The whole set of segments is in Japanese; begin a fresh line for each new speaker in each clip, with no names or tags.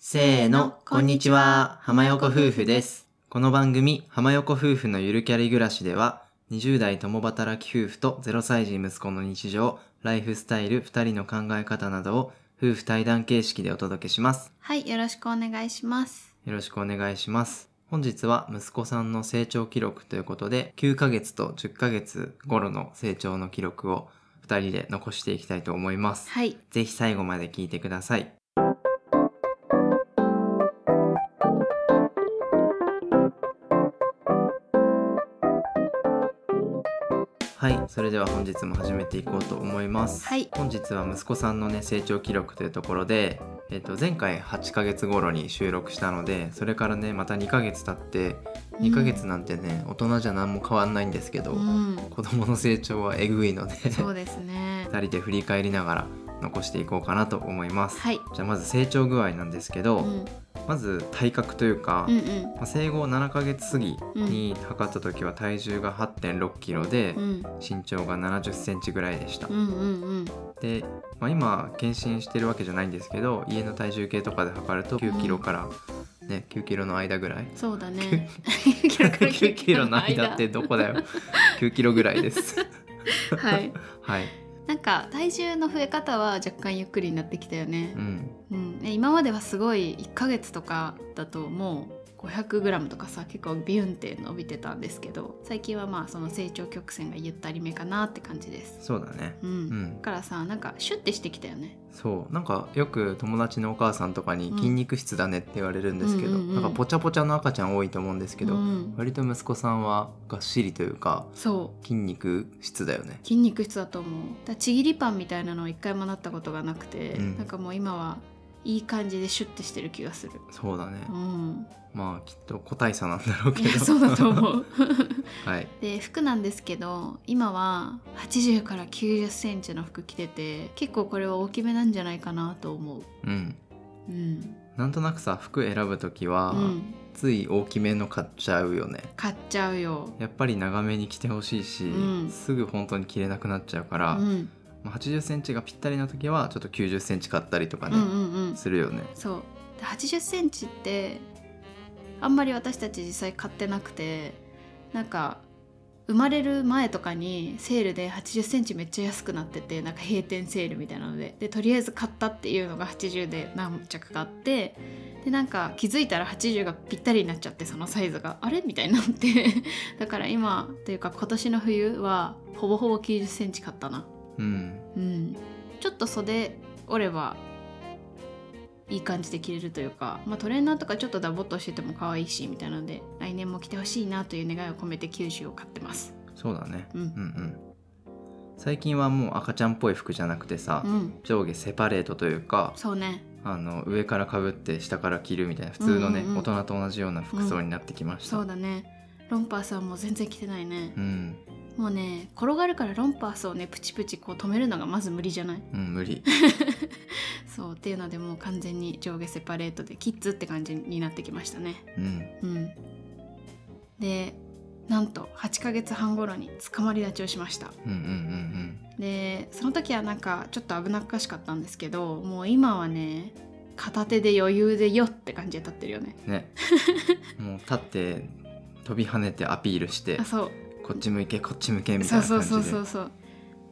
せーの、こんにちは、浜横夫婦です。この番組、浜横夫婦のゆるキャリ暮らしでは、20代共働き夫婦と0歳児息子の日常、ライフスタイル、2人の考え方などを夫婦対談形式でお届けします。
はい、よろしくお願いします。
よろしくお願いします。本日は息子さんの成長記録ということで、9ヶ月と10ヶ月頃の成長の記録を2人で残していきたいと思います。
はい、
ぜひ最後まで聞いてください。はい、それでは本日も始めていこうと思います。
はい
本日は息子さんのね成長記録というところで、えっと前回8ヶ月頃に収録したので、それからねまた2ヶ月経って、2ヶ月なんてね、大人じゃ何も変わんないんですけど、
うん、
子供の成長はえぐいので、
そうですね。
2人で振り返りながら残していこうかなと思います、
はい、
じゃあまず成長具合なんですけど、
うん、
まず体格というか、
うん、
まあ生後7ヶ月過ぎに測った時は体重が8 6キロで
うん、う、ん、
身長が7 0センチぐらいでした、
うん、うん、
で、まあ、今検診してるわけじゃないんですけど家の体重計とかで測ると9キロから、ね、9キロの間ぐらい
そうだね。
9キロの間って。どこだよ9キロぐらいです
はい、
はい、
なんか体重の増え方は若干ゆっくりになってきたよね
う。ん、
うん、ね今まではすごい1ヶ月とかだともう。500グラムとかさ結構ビュンって伸びてたんですけど最近はまあその成長曲線がゆったりめかなって感じです
そうだね
うん、
うん
だからさなんかシュッてしてきたよね
そうなんかよく友達のお母さんとかに
うん
筋肉質だねって言われるんですけど、
うんうんうん
なんかぽちゃぽちゃの赤ちゃん多いと思うんですけど、
うん、
割と息子さんはがっしりというか
そう
筋肉質だよね
筋肉質だと思うだからちぎりパンみたいなのを一回もなったことがなくて、
うん
なんかもう今はいい感じでシュッてしてる気がする
そうだね、
うん
まあきっと個体差なんだろうけ
い
ど
やそうだと思う
はい
で服なんですけど今は80から9 0センチの服着てて結構これは大きめなんじゃないかなと思う
うん
うん、
なんとなくさ服選ぶ時は、
うん、
つい大きめの買っちゃうよね
買っちゃうよ
やっぱり長めに着てほしいし、
うん
すぐ本当に着れなくなっちゃうから、
うん、
まあ、80センチがぴったりな時はちょっと90センチ買ったりとか
うん
ね、
うんうん
するよね
そうで80センチってあんまり私たち実際買ってなくてなんか生まれる前とかにセールで80センチめっちゃ安くなっててなんか閉店セールみたいなのででとりあえず買ったっていうのが80で何着かあってでなんか気づいたら80がぴったりになっちゃってそのサイズがあれみたいになって だから今というか今年の冬はほぼほぼ90センチ買ったな
うん
うん、ちょっと袖折ればいい感じで着れるというか、まあ、トレーナーとかちょっとダボっとしてても可愛いしみたいなので来年も着てほしいなという願いを込めて90を買ってます
そうだね
うん
うんうん最近はもう赤ちゃんっぽい服じゃなくてさ、
うん
上下セパレートというか
そうね
あの上からかぶって下から着るみたいな普通のね、
うんうんうん
大人と同じような服装になってきました、
そうだねロンパースはもう全然着てないね
う、ん、
もうね転がるからロンパースをねプチプチこう止めるのがまず無理じゃない
うん、無理
そうっていうのでもう完全に上下セパレートでキッズって感じになってきましたね
うん
うんでなんと8ヶ月半頃に捕まり立ちをしました
うんうんうん
でその時はなんかちょっと危なっかしかったんですけどもう今はね片手で余裕でよって感じで立ってるよね
うん ねもう立って飛び跳ねてアピールして
あそう
こっち向けこっち向けみたい
そう
な感
そう
じで
そうそうそう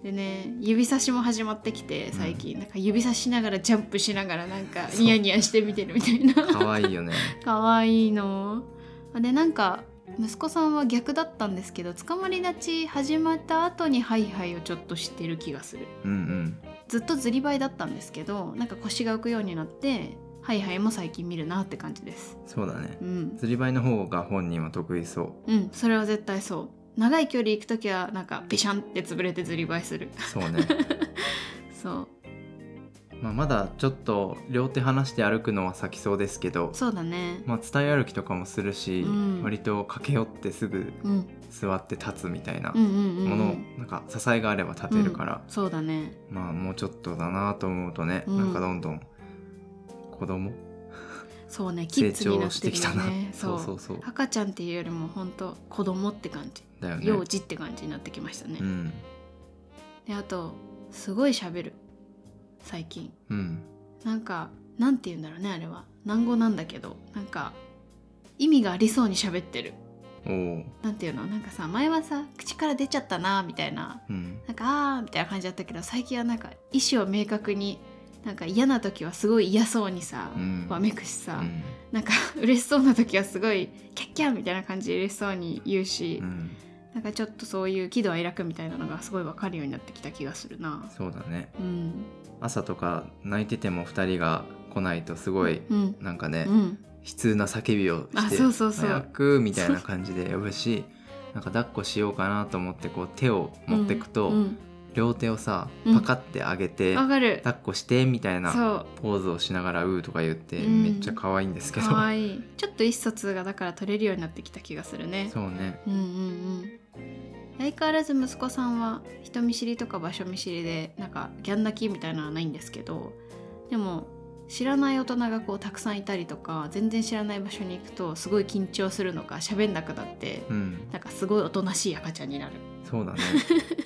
でね指差しも始まってきて最近、なんか指差しながらジャンプしながらなんか
そう
ニヤニヤして見てるみたいな
可愛いよね
かわいいのでなんか息子さんは逆だったんですけど捕まり立ち始まった後にハイハイをちょっとしてる気がする
うん
ずっとずりばいだったんですけどなんか腰が浮くようになってハイハイも最近見るなって感じです
うんそうだね
うん、
釣り針の方が本人は得意そ
うん、それは絶対そう長い距離行く時はなんかビシャンって潰れてずりばいする
うそうね
そう
まあ、まだちょっと両手離して歩くのは先そうですけど、
そうだね
まあ、伝え歩きとかもするし、
うん
割と駆け寄ってすぐ
うん
座って立つみたいな
うんうんうん
も
う
の、
ん
なんか支えがあれば立てるから、
そうだね
まあもうちょっとだなと思うとね、
うん
なんかどんどん子供
そうねキ
成
ッズにな
長
っ
してて
る
き
よ
たな、
ね
そうそうそう
赤ちゃんっていうよりも本当子供って感じ、
だよね
幼児って感じになってきましたね、
うん
であとすごい喋る最近
うん
なんかなんて言うんだろうねあれは南語なんだけどなんか意味がありそうに喋ってる
おお
なんていうのなんかさ前はさ口から出ちゃったなみたいな
うん
なんかあーみたいな感じだったけど最近はなんか意思を明確になんか嫌な時はすごい嫌そうにさ、
うん
わめくしさ、
うん
なんか嬉しそうな時はすごいキャッキャンみたいな感じで嬉しそうに言うし、
うん
なんかちょっとそういう喜怒哀楽みたいなのがすごいわかるようになってきた気がするな。
そうだね
うん、
朝とか泣いてても二人が来ないとすごい
うん、
なんかね、
うん、
悲痛な叫びをし
あ
て
そうそうそう
早くみたいな感じで呼ぶ しなんか抱っこしようかなと思ってこう手を持ってくと、
うん
両手をさ
うん
パカって上げて、
わ、かる。
抱っこしてみたい
そ
な
う、
ポーズをしながら「うー」とか言って、
うん
めっちゃ可愛いんですけど
可愛いい。ちょっと意思疎通がだから取れるようになってきた気がする ね。
そうね
うんうんうん相変わらず息子さんは人見知りとか場所見知りでなんかギャン泣きみたいなのはないんですけどでも知らない大人がこうたくさんいたりとか全然知らない場所に行くとすごい緊張するのか喋んなくなって
うん
なんかすごいおとなしい赤ちゃんになる
そうだね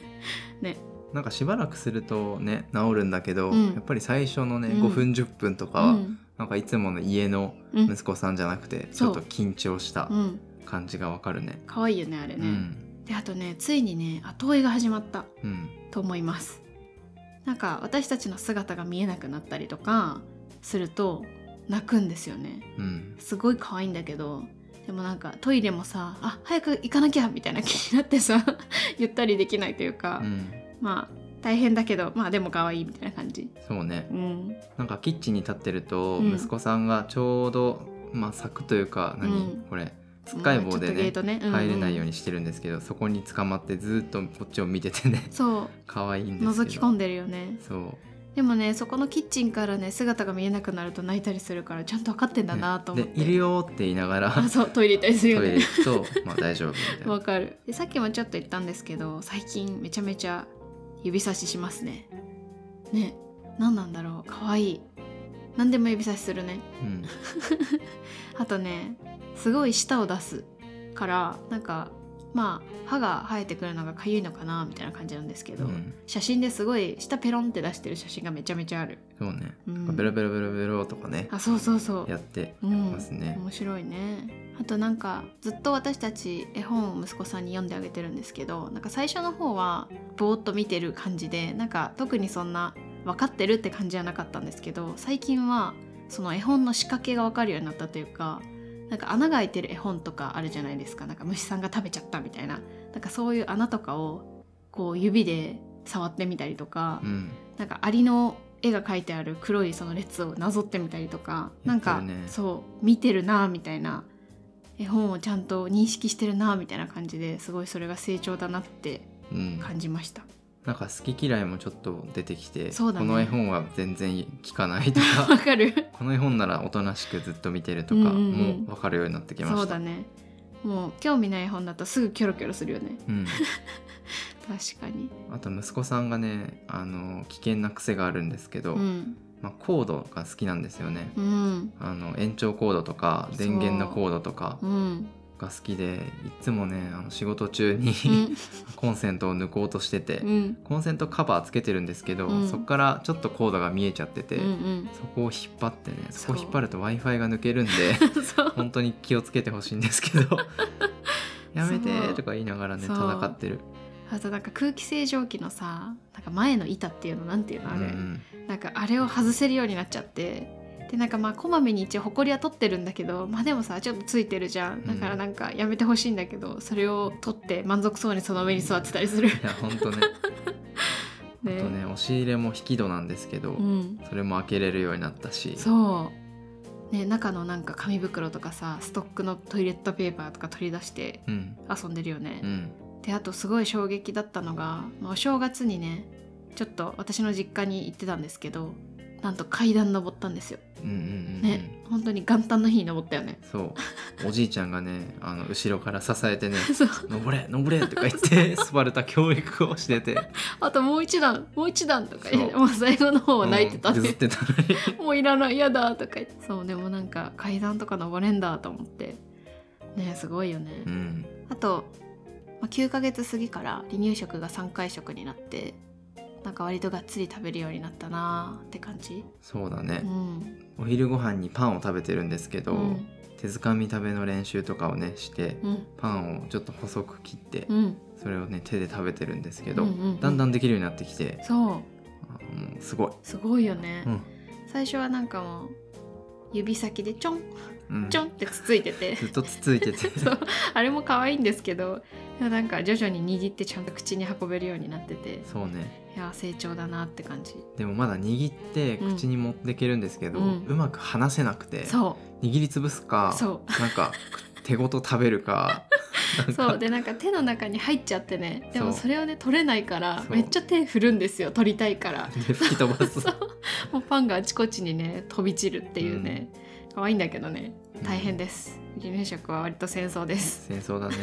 ね
なんかしばらくするとね治るんだけど、
うん
やっぱり最初のね
うん
5分10分とか
う
は、
ん
なんかいつもの家の
うん
息子さんじゃなくて、ちょ
そう
っと緊張した
うん
感じがわかるね。
可愛いよねあれ
う
ね、
ん
であとねついにね後追いが始まった
うん
と思いますなんか私たちの姿が見えなくなったりとかすると泣くんですよね
うん
すごい可愛いんだけどでもなんかトイレもさあ早く行かなきゃみたいな気になってさ ゆったりできないというか、
うん
まあ大変だけどまあでも可愛いみたいな感じ
そうね
うん
なんかキッチンに立ってると
うん
息子さんがちょうど、まあ柵というか何、
うん
これつっかい棒
まあちょっ
で
とゲー
ね
トね、うんうん
入れないようにしてるんですけどそこに捕まってずっとこっちを見ててね
そ
可愛いん
う
です
覗
け
き
ど
込んでるよね
そう
でもねそこのキッチンからね姿が見えなくなると泣いたりするからちゃんと分かってんだなと思って、
でいるよって言いながら
あそうトイレ行ったりす
ト
る
イ
よ
レ
ね
行くとまあ大丈夫みたいな
わかるでさっきもちょっと言ったんですけど最近めちゃめちゃ指差ししますねね何なんだろうかわいい何でも指差しするね
うん
あとねすごい舌を出すからなんかまあ歯が生えてくるのがかゆいのかなみたいな感じなんですけど、
うん
写真ですごい舌ペロンって出してる写真がめちゃめちゃある、
そうね、
うん
ベロベロベロベロとかね
あそうそうそう
やって
うん
ますね、
面白いねあとなんかずっと私たち絵本を息子さんに読んであげてるんですけどなんか最初の方はぼーっと見てる感じでなんか特にそんな分かってるって感じじゃなかったんですけど最近はその絵本の仕掛けが分かるようになったというかなんか穴が開いてる絵本とかあるじゃないですかなんか虫さんが食べちゃったみたいななんかそういう穴とかをこう指で触ってみたりとか、
うん
なんかアリの絵が描いてある黒いその列をなぞってみたりとか、なん
やっ
か
てるね
そう見てるなみたいな絵本をちゃんと認識してるなみたいな感じですごいそれが成長だなって
うん、
感じました。
なんか好き嫌いもちょっと出てきて、
そうだ
こ
ね
の絵本は全然聞かないとか
わかる
この絵本ならおとなしくずっと見てるとか
うんうんうん
も分かるようになってきました。
そうだねもう興味ない絵本だとすぐキョロキョロするよね
うん、
確かに
あと息子さんがねあの危険な癖があるんですけど、
うん
まあ、コードが好きなんですよね。
うん
あの延長コードとか
そう
電源のコードとか
うん
が好きでいつもねあの仕事中に、
うん
コンセントを抜こうとしてて、
うん
コンセントカバーつけてるんですけど、
うん
そこからちょっとコードが見えちゃってて、
うん
そこを引っ張ってねそこ
そう
引っ張ると w i f i が抜けるんで。
うんそう
本当に気をつけてほしいんですけ どやめ
そ
て
う
とか言いながらね
そう
戦ってる、
あとなんか空気清浄機のさなんか前の板っていうのなんていうのあ
うん
れ、
うん
なんかあれを外せるようになっちゃってでなんかまあこまめに一応埃は取ってるんだけどまあでもさちょっとついてるじゃんだからなんかやめてほしいんだけど、それを取って満足そうにその上に座ってたりする
いや 本 当ねあとね押し入れも引き戸なんですけど、
うん
それも開けれるようになったし
そうね中のなんか紙袋とかさストックのトイレットペーパーとか取り出して
うん
遊んでるよね、
うん
であとすごい衝撃だったのが、まあお正月にねちょっと私の実家に行ってたんですけどなんと階段登ったんですよ
うんうんうん、
ね、本当に元旦の日に登ったよね
うんそうおじいちゃんがねあの後ろから支え てね
そう
「登れ登れ」とか言 ってスパルタ教育をしてて
あともう一段もう一段とか言って
そう
もう最後の方は泣いてた
うんんぐずっ
で、
てたのに
もういらないやだとか言ってそうでもなんか階段とか登れんだと思ってねすごいよね、
うん
あと、まあ9ヶ月過ぎから離乳食が3回食になってなんか割とがっつり食べるようになったなーって感じ
そうだ
う
ね、
ん
お昼ご飯にパンを食べてるんですけど、
うん
手づかみ食べの練習とかをねして、
うん
パンをちょっと細く切って、
うん
それをね手で食べてるんですけど、
うんうんうん
だんだんできるようになってきて
そう
あもうすごい、
すごいよね、
うん
最初はなんかもう指先でちょん
うん
ちょんってつついてて、
ずっとつついて て
そうあれも可愛いんですけどでもなんか徐々に握ってちゃんと口に運べるようになってて
そうね
いや成長だなって感じ
でもまだ握って
うん
口に持っていけるんですけど、う
うん
まく離せなくて握
そ
りつぶすか
うそ
なんかく手ごと食べるか
うそうでなんか手の中に入っちゃってねでも
そう
それをね取れないから
そう
めっちゃ手振るんですよ取りたいから
で吹き飛ばす
もうパンがあちこちにね飛び散るっていうね、可愛いんだけどね大変です離乳食は割と戦争です
戦争だね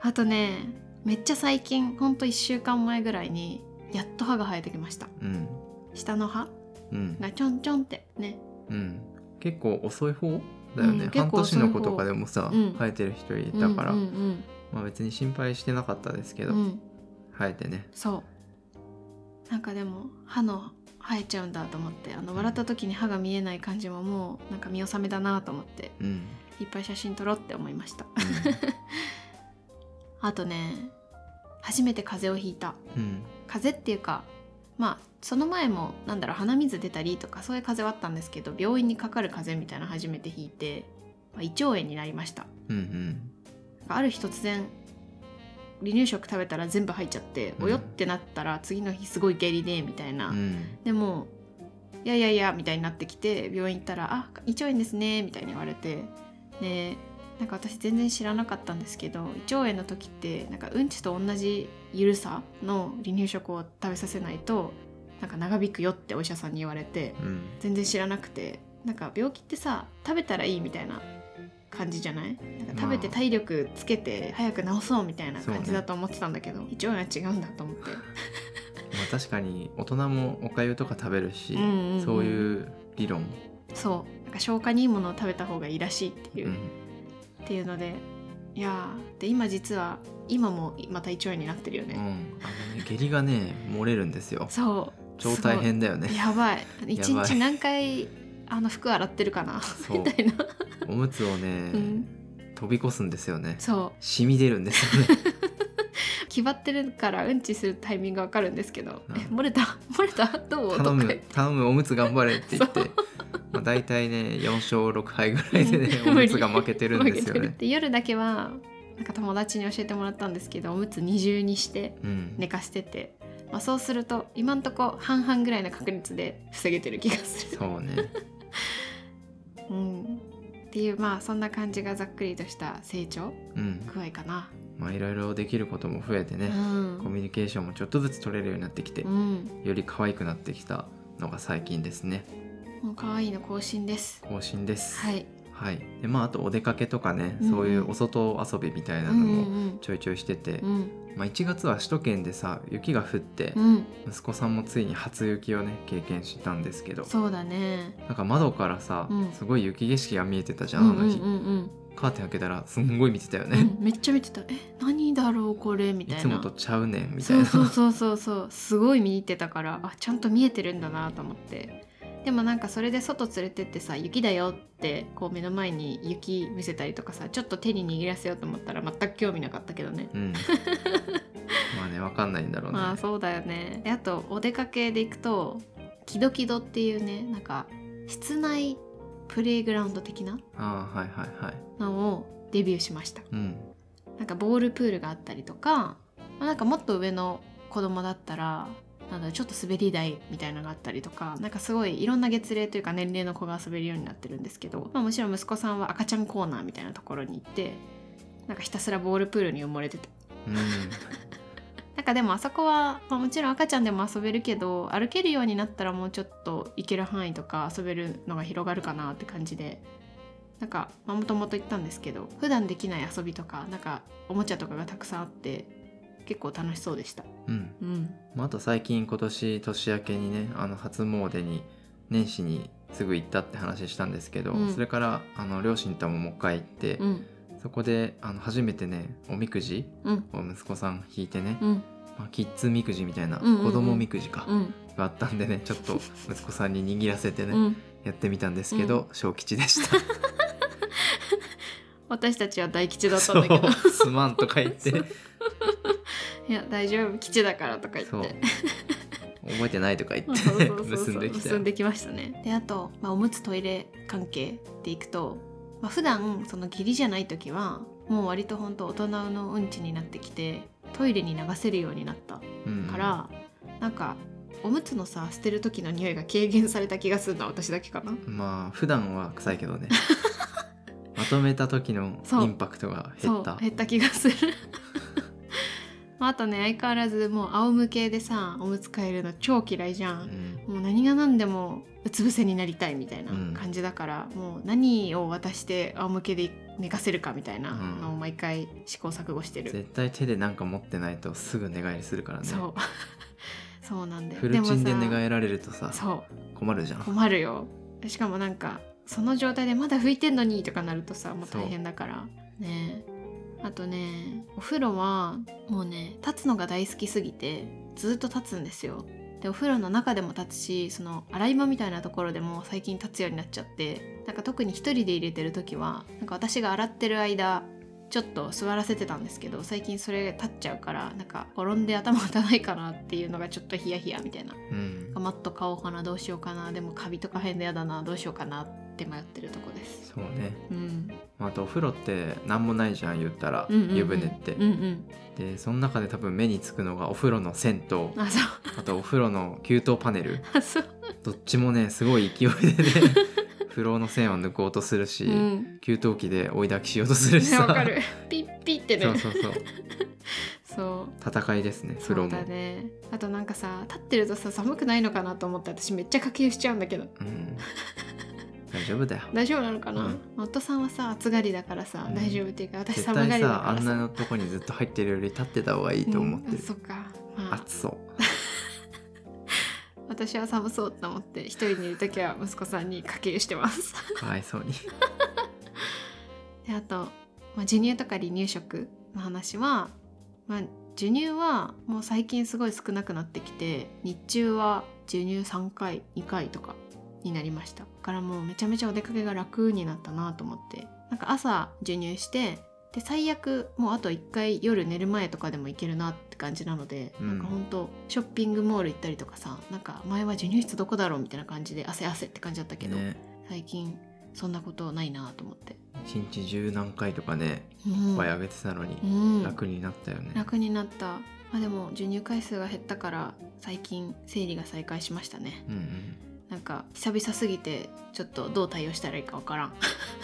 あとねめっちゃ最近ほんと1週間前ぐらいにやっと歯が生えてきました
うん
下の歯
うん
がちょんちょんってね
うん結構遅い方だよね、
うん結
半
構遅
年
い方
の子とかでもさ、
うん
生えてる人いたから、
うんうん
まあ、別に心配してなかったですけ
うん
ど、
うん
生えてね
そうなんかでも歯の生えちゃうんだと思ってあの笑った時に歯が見えない感じももうなんか見納めだなと思って
うん、うん
いっぱい写真撮ろうって思いました あとね初めて風邪をひいた
うん
風邪っていうかまあその前もなんだろう鼻水出たりとかそういう風邪はあったんですけど病院にかかる風邪みたいなの初めて引いて、まあ胃腸炎になりました
うんうん
なんかある日突然離乳食食べたら全部入っちゃって、
うん
およってなったら次の日すごい下痢でみたいな、
うん
でもいやいやいやみたいになってきて病院行ったら「あ胃腸炎ですね」みたいに言われてでなんか私全然知らなかったんですけど胃腸炎の時ってなんかうんちと同じゆるさの離乳食を食べさせないとなんか長引くよってお医者さんに言われて
うん
全然知らなくてなんか病気ってさ食べたらいいみたいな感じじゃないなんか食べて
まあ
体力つけて早く治そうみたいな
そうね
感じだと思ってたんだけど、胃腸炎は違うんだと思って。
まあ、確かに大人もおかゆとか食べるし、
うんうんうん
そういう理論も、
そうなんか消化にいいものを食べた方がいいらしいっていう、
う
っ
ん
ていうのでいやーで今実は今もまた胃腸炎になってるよ
うん
ね、
あのね、下痢がね漏れるんですよ
そう
超大変だよ
す
ね
ごいやばい一
やば
日
い
何回あの服洗ってるかな
そう
みたいな
おむつをね、
うん
飛び越すんですよね
そ
染み出るんですよね
う気張ってるからうんちするタイミングわかるんですけど「
うん
え漏れた漏れたどう?」
頼
とか言っ
む
て
頼むおむつ頑張れって言ってまあ大体ね4勝6敗ぐらいでね
うん
おむつが負けてるんですよ
負けてる
ね
っ。て夜だけはなんか友達に教えてもらったんですけどおむつ二重にして
うん、
寝かしてて、まあ、そうすると今んとこ半々ぐらいの確率で防げてる気がする。
そうね。
うん、っていうまあそんな感じがざっくりとした成長
うん、
具合かな。
まあいろいろできることも増えて
う
ね、コ
ん
ミュニケーションもちょっとずつ取れるようになってきて、
うん、
より可愛くなってきたのが最近ですね。
もう可愛いの更新です。
更新です。
は
はい。
い。
でまああとお出かけとかね、
うんうん
そういうお外遊びみたいな
う
の
ん
も
うん
ちょいちょいしてて、
うん
まあ1月は首都圏でさ雪が降って、
うん、
息子さんもついに初雪をね経験したんですけど。
そうだね。
なんか窓からさ、
うん
すごい雪景色が見えてたじゃ、
うんん
あ
う
の
ん
日
うん
カーテン開けたらすんごい見てたよ
う
ね、
ん、めっちゃ見てた。え、何だろうこれみ
い
たいな。
つもとちゃうねんみたい
そう
な
そうそうそうそうすごい見入ってたからあちゃんと見えてるんだなと思ってでもなんかそれで外連れてってさ雪だよってこう目の前に雪見せたりとかさちょっと手に握らせようと思ったら全く興味なかったけどね
うん まあねわかんないんだろうね、
まあそうだよねであとお出かけで行くとキドキドっていうねなんか室内プレイグラウンド的な
ああはいはいはい
のをデビューしました
うん
なんかボールプールがあったりとか、まあ、なんかもっと上の子供だったらなんだろうちょっと滑り台みたいなのがあったりとかなんかすごいいろんな月齢というか年齢の子が遊べるようになってるんですけど、まあ、もちろん息子さんは赤ちゃんコーナーみたいなところに行ってなんかひたすらボールプールに埋もれてて
うん
なんかでもあそこは、まあ、もちろん赤ちゃんでも遊べるけど歩けるようになったらもうちょっと行ける範囲とか遊べるのが広がるかなって感じでなんかもともと行ったんですけど普段できない遊びとかなんかおもちゃとかがたくさんあって結構楽しそうでした。
うん
うん、
まあ、あと最近今年年明けにねあの初詣に年始にすぐ行ったって話したんですけど、
うん
それからあの両親とももう一回行って、
うん、
そこであの初めてねおみくじ
うん、
を息子さん引いてね、
うん、
まあ、キッズみくじみたいな
うんうんうん
子供みくじか
うん
があったんでねちょっと息子さんに握らせてね、
うん
やってみたんですけど、小吉で した
私たちは大吉だったんだけど
そうすまんとか言って
そういや大丈夫吉だからとか言
そう
って
覚えてないと か言っ
そうそう
て
そうそう
結んできた
結ん
よ
できましたねであと、まあ、おむつトイレ関係でいくと、まあ、普段その義理じゃない時はもう割と本当大人のうんちになってきてトイレに流せるようになったか
うん
ら、なんかおむつのさ捨てる時の匂いが軽減された気がするのは私だけかな
まあ普段は臭いけど ねまとめた時の
そう
インパクトが減
そ
っ
う
た
減った気がする まああとね相変わらずもう仰向けでさおむつ替えるの超嫌いじゃ、
うんん
もう何が何でもうつ伏せになりたいみたいな
うん
感じだから、もう何を渡して仰向けで寝かせるかみたいな
うん
のを毎回試行錯誤してる、
絶対手でなんか持ってないとすぐ寝返りするからね
そうそう なんだよ
フルチンで
も
寝
さ
返られるとさ
そ
困るじゃ
うん困るよしかもなんかその状態でまだ拭いてんのにとかなるとさもう大変だからねえあとねお風呂はもうね立つのが大好きすぎてずっと立つんですよでお風呂の中でも立つしその洗い場みたいなところでも最近立つようになっちゃってなんか特に一人で入れてる時はなんか私が洗ってる間ちょっと座らせてたんですけど最近それ立っちゃうからなんか転んで頭打たないかなっていうのがちょっとヒヤヒヤみたいな
うん
マット買おうかなどうしようかなでもカビとか変でやだなどうしようかなって迷ってるとこです、
そうね
うん、
まああとお風呂って何もないじゃん言ったら、
うんうんうん
湯船って、
うんうん
でその中で多分目につくのがお風呂の銭湯
あそう
あとお風呂の給湯パネ ル
あそう、
どっちもねすごい勢いでね 風呂の線を抜こうとするし、
うん、
給湯器で追い抱きしようとするし
ね
さ、
わかるピッピッってね
そうそうそう
そう
戦いですね風
そ
呂
う
も
だねあとなんかさ立ってるとさ寒くないのかなと思って私めっちゃ掛け湯しちゃうんだけど
うん、大丈夫だよ
大丈夫なのかな、
うん
夫さんはさ暑がりだからさ、
うん
大丈夫っていうか 私
絶
寒が
対
りだ
さ
か
あ
ら
ん
さ
なとこにずっと入ってるより立ってた方がいいと思って
うん
る
あ、そっかまあ
暑そう
私は寒そうと思って一人にいる時は息子さんに掛け湯してます
かわいそう に
であと、まあ、授乳とか離乳食の話は、まあ、授乳はもう最近すごい少なくなってきて日中は授乳3回2回とかになりましただからもうめちゃめちゃお出かけが楽になったなと思ってなんか朝授乳してで最悪もうあと1回夜寝る前とかでも行けるなって感じなので、
うん
なんかほんとショッピングモール行ったりとかさなんか前は授乳室どこだろうみたいな感じで汗汗って感じだったけど、
ね
最近そんなことないなと思って。
一日十何回とかね
うん
声上げてたのに
うん、
楽になったよね、
楽になった、まあ、でも授乳回数が減ったから最近生理が再開しましたね
うんうん
なんか久々すぎてちょっとどう対応したらいいかわからん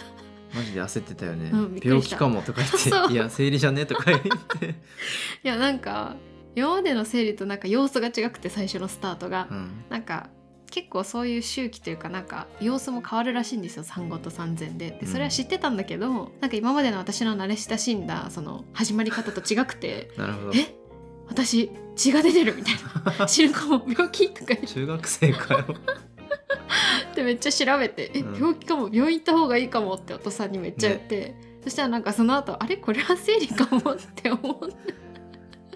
マジで焦ってたよね、
うんびっく
病
りし
気
た
かもとか言
そ
っ
う
ていや生理じゃねとか言 って、
いやなんか今までの生理となんか様子が違くて最初のスタートが、
うん、
なんか結構そういう周期というかなんか様子も変わるらしいんですよ産後と産前ででそれは知ってたんだけど、なんか今までの私の慣れ親しんだその始まり方と違くて
なるほど
え私血が出てるみたい な知るかも病気とか言って
中学生かよ
でめっちゃ調べて「え
うん
病気かも病院行った方がいいかも」ってお父さんにめっちゃ言って、そしたらなんかその後あれこれは生理かも」って思 う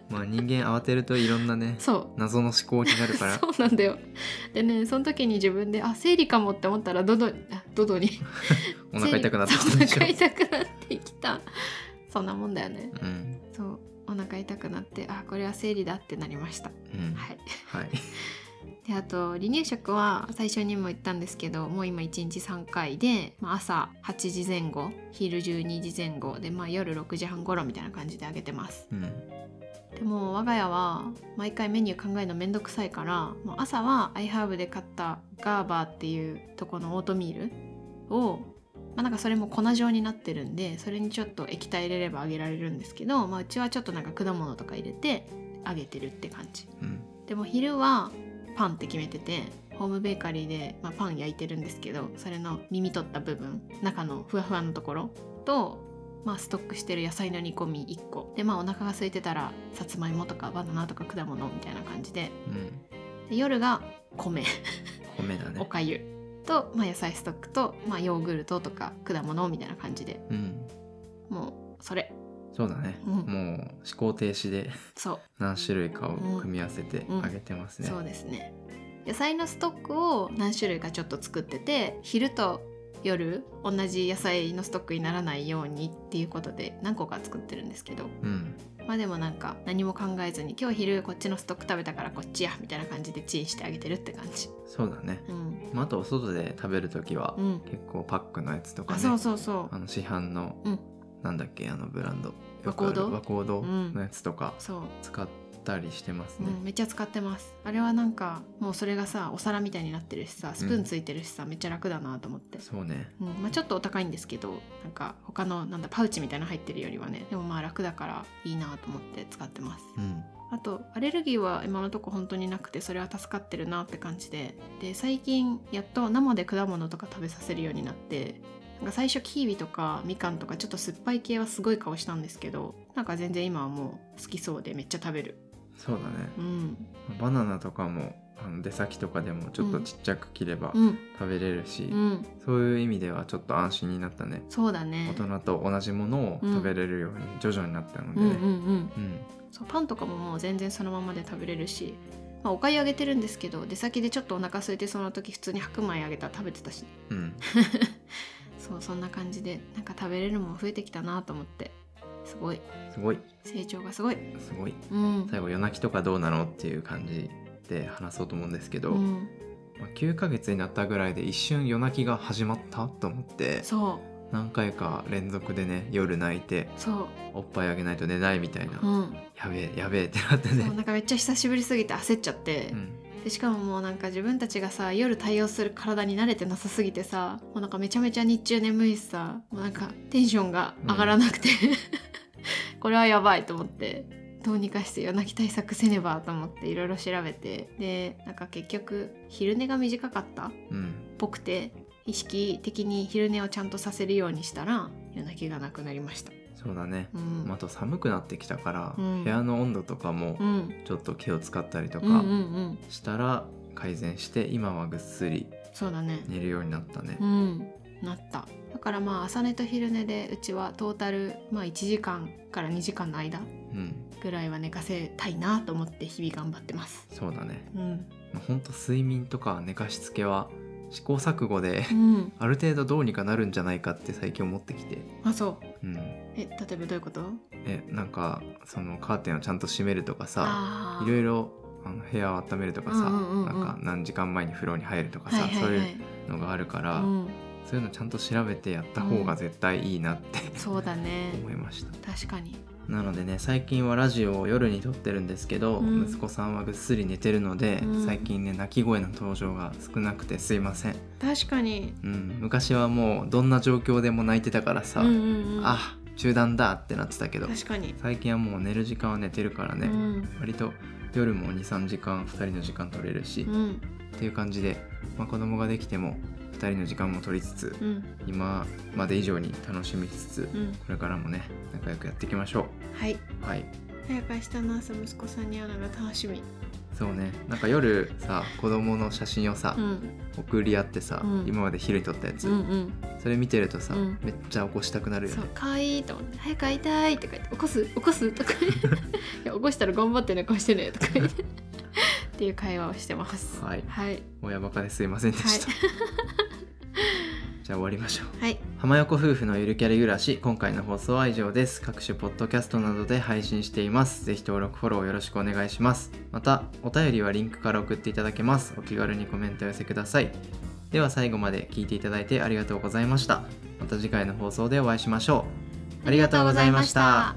まあ人間慌てるといろんなね
そう
謎の思考になるから
そうなんだよでねその時に自分で「あ生理かも」って思ったら喉にあ喉に
お腹痛くなってき
そう
たでし
お
ょ
腹、痛くなってきたそんなもんだよね
うん
そうお腹痛くなってあこれは生理だってなりました
うん、
はい
はい、
であと離乳食は最初にも言ったんですけどもう今1日3回で、まあ、朝8時前後昼12時前後で、まあ、夜6時半頃みたいな感じであげてます
うん
でも我が家は毎回メニュー考えるのめんどくさいからもう朝はアイハーブで買ったガーバーっていうとこのオートミールを、まあ、なんかそれも粉状になってるんでそれにちょっと液体入れればあげられるんですけど、まあ、うちはちょっとなんか果物とか入れてあげてるって感じ
うん
でも昼はパンって決めててホームベーカリーで、まあ、パン焼いてるんですけどそれの耳取った部分中のふわふわのところと、まあ、ストックしてる野菜の煮込み1個でまあお腹が空いてたらさつまいもとかバナナとか果物みたいな感じで
うん、
で夜が米
米だね
おかゆと、まあ、野菜ストックと、まあ、ヨーグルトとか果物みたいな感じで
うん
もうそれ
そうだね、
うん
もう思考停止で
そう
何種類かを組み合わせて
うん
あげてますね、
そうですね野菜のストックを何種類かちょっと作ってて昼と夜同じ野菜のストックにならないようにっていうことで何個か作ってるんですけど
うん
まあでもなんか何も考えずに今日昼こっちのストック食べたからこっちやみたいな感じでチンしてあげてるって感じ
そうだね、
うん
まあ、あとお外で食べる時は
うん
結構パックのやつとか
あ
ね、
そうそうそう
あの市販の、
うん
なんだっけあのブランド
和光堂
和光堂
うん
のやつとか
そう
使ったりしてます
う
ね、
ん、めっちゃ使ってますあれはなんかもうそれがさお皿みたいになってるしさスプーンついてるしさ、めっちゃ楽だなと思って、
そうね
うんまあ、ちょっとお高いんですけどなんか他のなんだパウチみたいなの入ってるよりはねでもまあ楽だからいいなと思って使ってます
うん
あとアレルギーは今のとこ本当になくてそれは助かってるなって感じでで最近やっと生で果物とか食べさせるようになってなんか最初キーウィとかみかんとかちょっと酸っぱい系はすごい顔したんですけどなんか全然今はもう好きそうでめっちゃ食べる
そうだね
うん
バナナとかもあの出先とかでもちょっとちっちゃく切れば
うん
食べれるし、
うん
そういう意味ではちょっと安心になったね
そうだね
大人と同じものを食べれるように徐々になったので
うんうん
ね
うん
うん
そうパンとかももう全然そのままで食べれるし、まあ、おかゆあげてるんですけど出先でちょっとお腹空いてその時普通に白米あげたら食べてたし
うん
そうそんな感じでなんか食べれるもん増えてきたなと思ってすごい
すごい
成長がすごい
すごい
うん
最後夜泣きとかどうなのっていう感じで話そうと思うんですけど、
うん、
まあ、9ヶ月になったぐらいで一瞬夜泣きが始まったと思って
そう
何回か連続でね夜泣いて
そう
おっぱいあげないと寝ないみたいな、
うん
やべえやべえってなって
そう
ね
なんかめっちゃ久しぶりすぎて焦っちゃって、
うん
でしかももうなんか自分たちがさ夜対応する体に慣れてなさすぎてさもうなんかめちゃめちゃ日中眠いしさもうなんかテンションが上がらなくて、 これはやばいと思ってどうにかして夜泣き対策せねばと思っていろいろ調べてでなんか結局昼寝が短かったっ
うん
ぽくて意識的に昼寝をちゃんとさせるようにしたら夜泣きがなくなりました。
そうだね、
うん、
あと寒くなってきたから、
うん
部屋の温度とかも
うん
ちょっと気を使ったりと
うんうんう
か
ん
したら改善して今はぐっすり
そうだね
寝るようになったね
う、ん、なっただからまあ朝寝と昼寝でうちはトータル、まあ、1時間から2時間の間
うん、
ぐらいは寝かせたいなと思って日々頑張ってます
そうだね
うん、
まあほんと睡眠とか寝かしつけは試行錯誤で
うん、
ある程度どうにかなるんじゃないかって最近思ってきて、
あそう
うん、
え例えばどういうこと
えなんかそのカーテンをちゃんと閉めるとかさ
あ
いろ
ろ
いろあの部屋を温めるとかさ、
うんうんうんうん
なんか何時間前に風呂に入るとかさ、
はいはいはい、
そういうのがあるから、
うん、
そういうのちゃんと調べてやった方が絶対いいなって、
そうだね
思いました
確かに
なのでね最近はラジオを夜に撮ってるんですけど、
うん
息子さんはぐっすり寝てるので、
うん
最近ね泣き声の登場が少なくてすいません、
確かに
うん、昔はもうどんな状況でも泣いてたからさ、
うんうんうん、
あ中断だってなってたけど
確かに、
最近はもう寝る時間は寝てるから
う
ね、
ん
割と夜も23時間2人の時間取れるし、
う
っ
ん
ていう感じで、まあ、子供ができても2人の時間も取りつつ
うん
今まで以上に楽しみつつ
うん
これからもね仲良くやっていきましょ
はいう
はい
早く明日の朝息子さんに会うのが楽しみ
そうねなんか夜さ子供の写真をさ、
うん
送り合ってさ、
うん
今まで昼に撮ったやつ、
うんうん
それ見てるとさ、
うん
めっちゃ起こしたくなるよ
そう
ね
可愛いと思って「早く会いたい」とか言って「起こす起こす」とか いや「起こしたら頑張ってねこうしてね」とか言ってっていう会話をしてます
はい
はい
親バカですいませんでした、 じゃあ終わりましょう
はい
浜横夫婦のゆるキャリ暮らし今回の放送は以上です各種ポッドキャストなどで配信していますぜひ登録フォローよろしくお願いしますまたお便りはリンクから送っていただけますお気軽にコメントお寄せくださいでは最後まで聞いていただいてありがとうございましたまた次回の放送でお会いしましょうありがとうございました